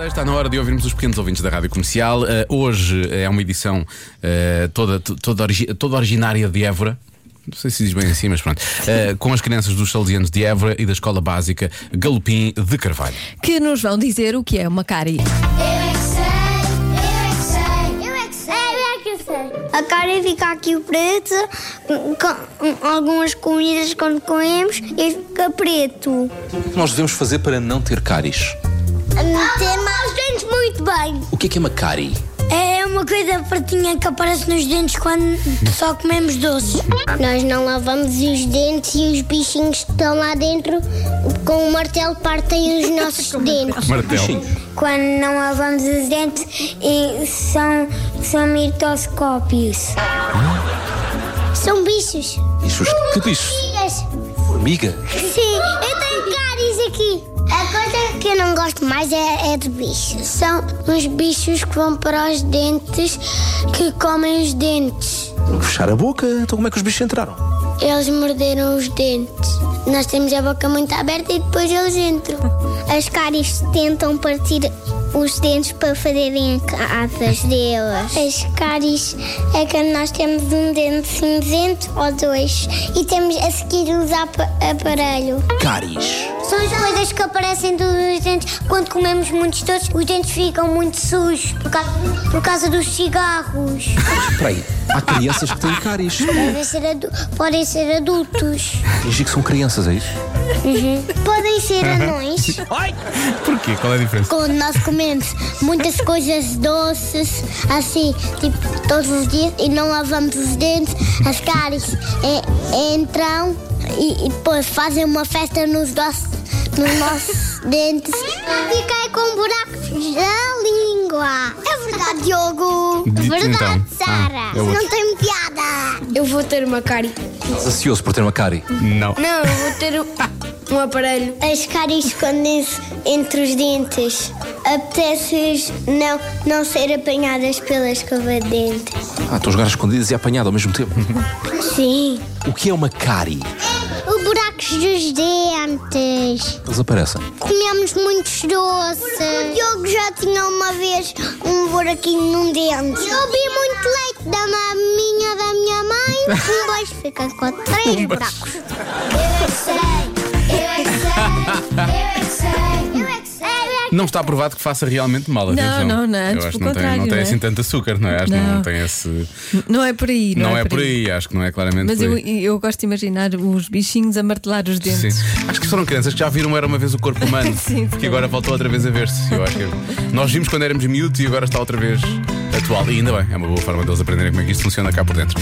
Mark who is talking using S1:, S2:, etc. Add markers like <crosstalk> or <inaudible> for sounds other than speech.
S1: Está na hora de ouvirmos os pequenos ouvintes da Rádio Comercial. Eh, hoje é uma edição eh, toda, to- toda, origi- toda originária de Évora. Não sei se diz bem assim, mas pronto. Eh, com as crianças dos Salesianos de Évora e da Escola Básica Galopim de Carvalho.
S2: que nos vão dizer o que é uma cárie.
S3: Eu é que sei, eu é que sei, eu é que sei, eu é que sei. A cara fica aqui preta, com, com algumas comidas quando comemos, e fica preto.
S4: O que nós devemos fazer para não ter cáries?
S3: Lavar os dentes muito bem.
S4: O que é que é uma cárie?
S3: É uma coisa pretinha que aparece nos dentes quando só comemos doces. Nós não lavamos os dentes e os bichinhos que estão lá dentro com o martelo <laughs> partem os nossos dentes.
S1: Martelo.
S3: Quando não lavamos os dentes e são, são mitoscópios. São bichos.
S4: Bichos? Que bichos?
S3: Formigas.
S4: Formiga?
S3: Sim, eu tenho cáries aqui. A coisa que eu não gosto mais é, é de bichos. São os bichos que vão para os dentes, que comem os dentes.
S4: Tem que Fechar a boca? Então como é que os bichos entraram?
S3: Eles morderam os dentes. Nós temos a boca muito aberta e depois eles entram. As cáries tentam partir os dentes para fazerem asas delas. As cáries é quando nós temos um dente cinzento ou dois e temos a seguir os apa- aparelho.
S4: Cáries.
S3: São as coisas que aparecem dos dentes quando comemos muitos doces. Os dentes ficam muito sujos por causa, por causa dos cigarros.
S4: Espera aí, há crianças que têm cáries.
S3: Podem ser, adu- podem ser adultos.
S4: Fingir que são crianças, é isso?
S3: Podem ser anões.
S1: Porquê? Qual é a diferença?
S3: Quando nós comemos muitas coisas doces, assim, tipo, todos os dias, e não lavamos os dentes, as cáries é, entram e, e depois fazem uma festa nos, doces, nos <laughs> nossos dentes. Fiquei com buracos da língua. É verdade, Diogo.
S1: Dito então. Ah, é outro.
S3: tem piada. Eu vou ter uma cárie.
S4: Estás ansioso por ter uma cárie?
S1: Não.
S3: Não, eu vou ter um, aparelho. As cáries escondem-se entre os dentes. Apetece-lhes não, não ser apanhadas pela escova de dentes.
S4: Ah, estou a jogar às escondidas e a apanhado ao mesmo tempo.
S3: Sim.
S4: O que é uma cárie?
S3: Os buracos dos dentes.
S4: Eles aparecem.
S3: Comemos muitos doces. O Diogo já tinha uma vez um buraquinho num dente. Eu vi muito leite da maminha da minha mãe. Um beijo fica <laughs> com três buracos. Eu é que sei, eu é que sei, eu é que sei, <laughs> eu é que
S1: Não está provado que faça realmente mal.
S2: Não,
S1: atenção.
S2: não, não, antes
S1: Eu acho que
S2: pelo
S1: não tem, não
S2: contrário,
S1: tem
S2: não é?
S1: assim tanto açúcar, não é? Acho que não,
S2: Não.
S1: tem esse.
S2: Não é por aí, não,
S1: Não, é por aí. acho que não é claramente
S2: Mas
S1: por
S2: eu,
S1: aí.
S2: eu gosto de imaginar os bichinhos a martelar os
S1: Sim.
S2: dentes.
S1: Acho que foram crianças que já viram era uma vez o
S2: <laughs>
S1: corpo humano
S2: Sim,
S1: que agora voltou outra vez a ver-se. Eu acho que é- nós vimos quando éramos miúdos e agora está outra vez atual. E ainda bem, é uma boa forma deles aprenderem como é que isto funciona cá por dentro.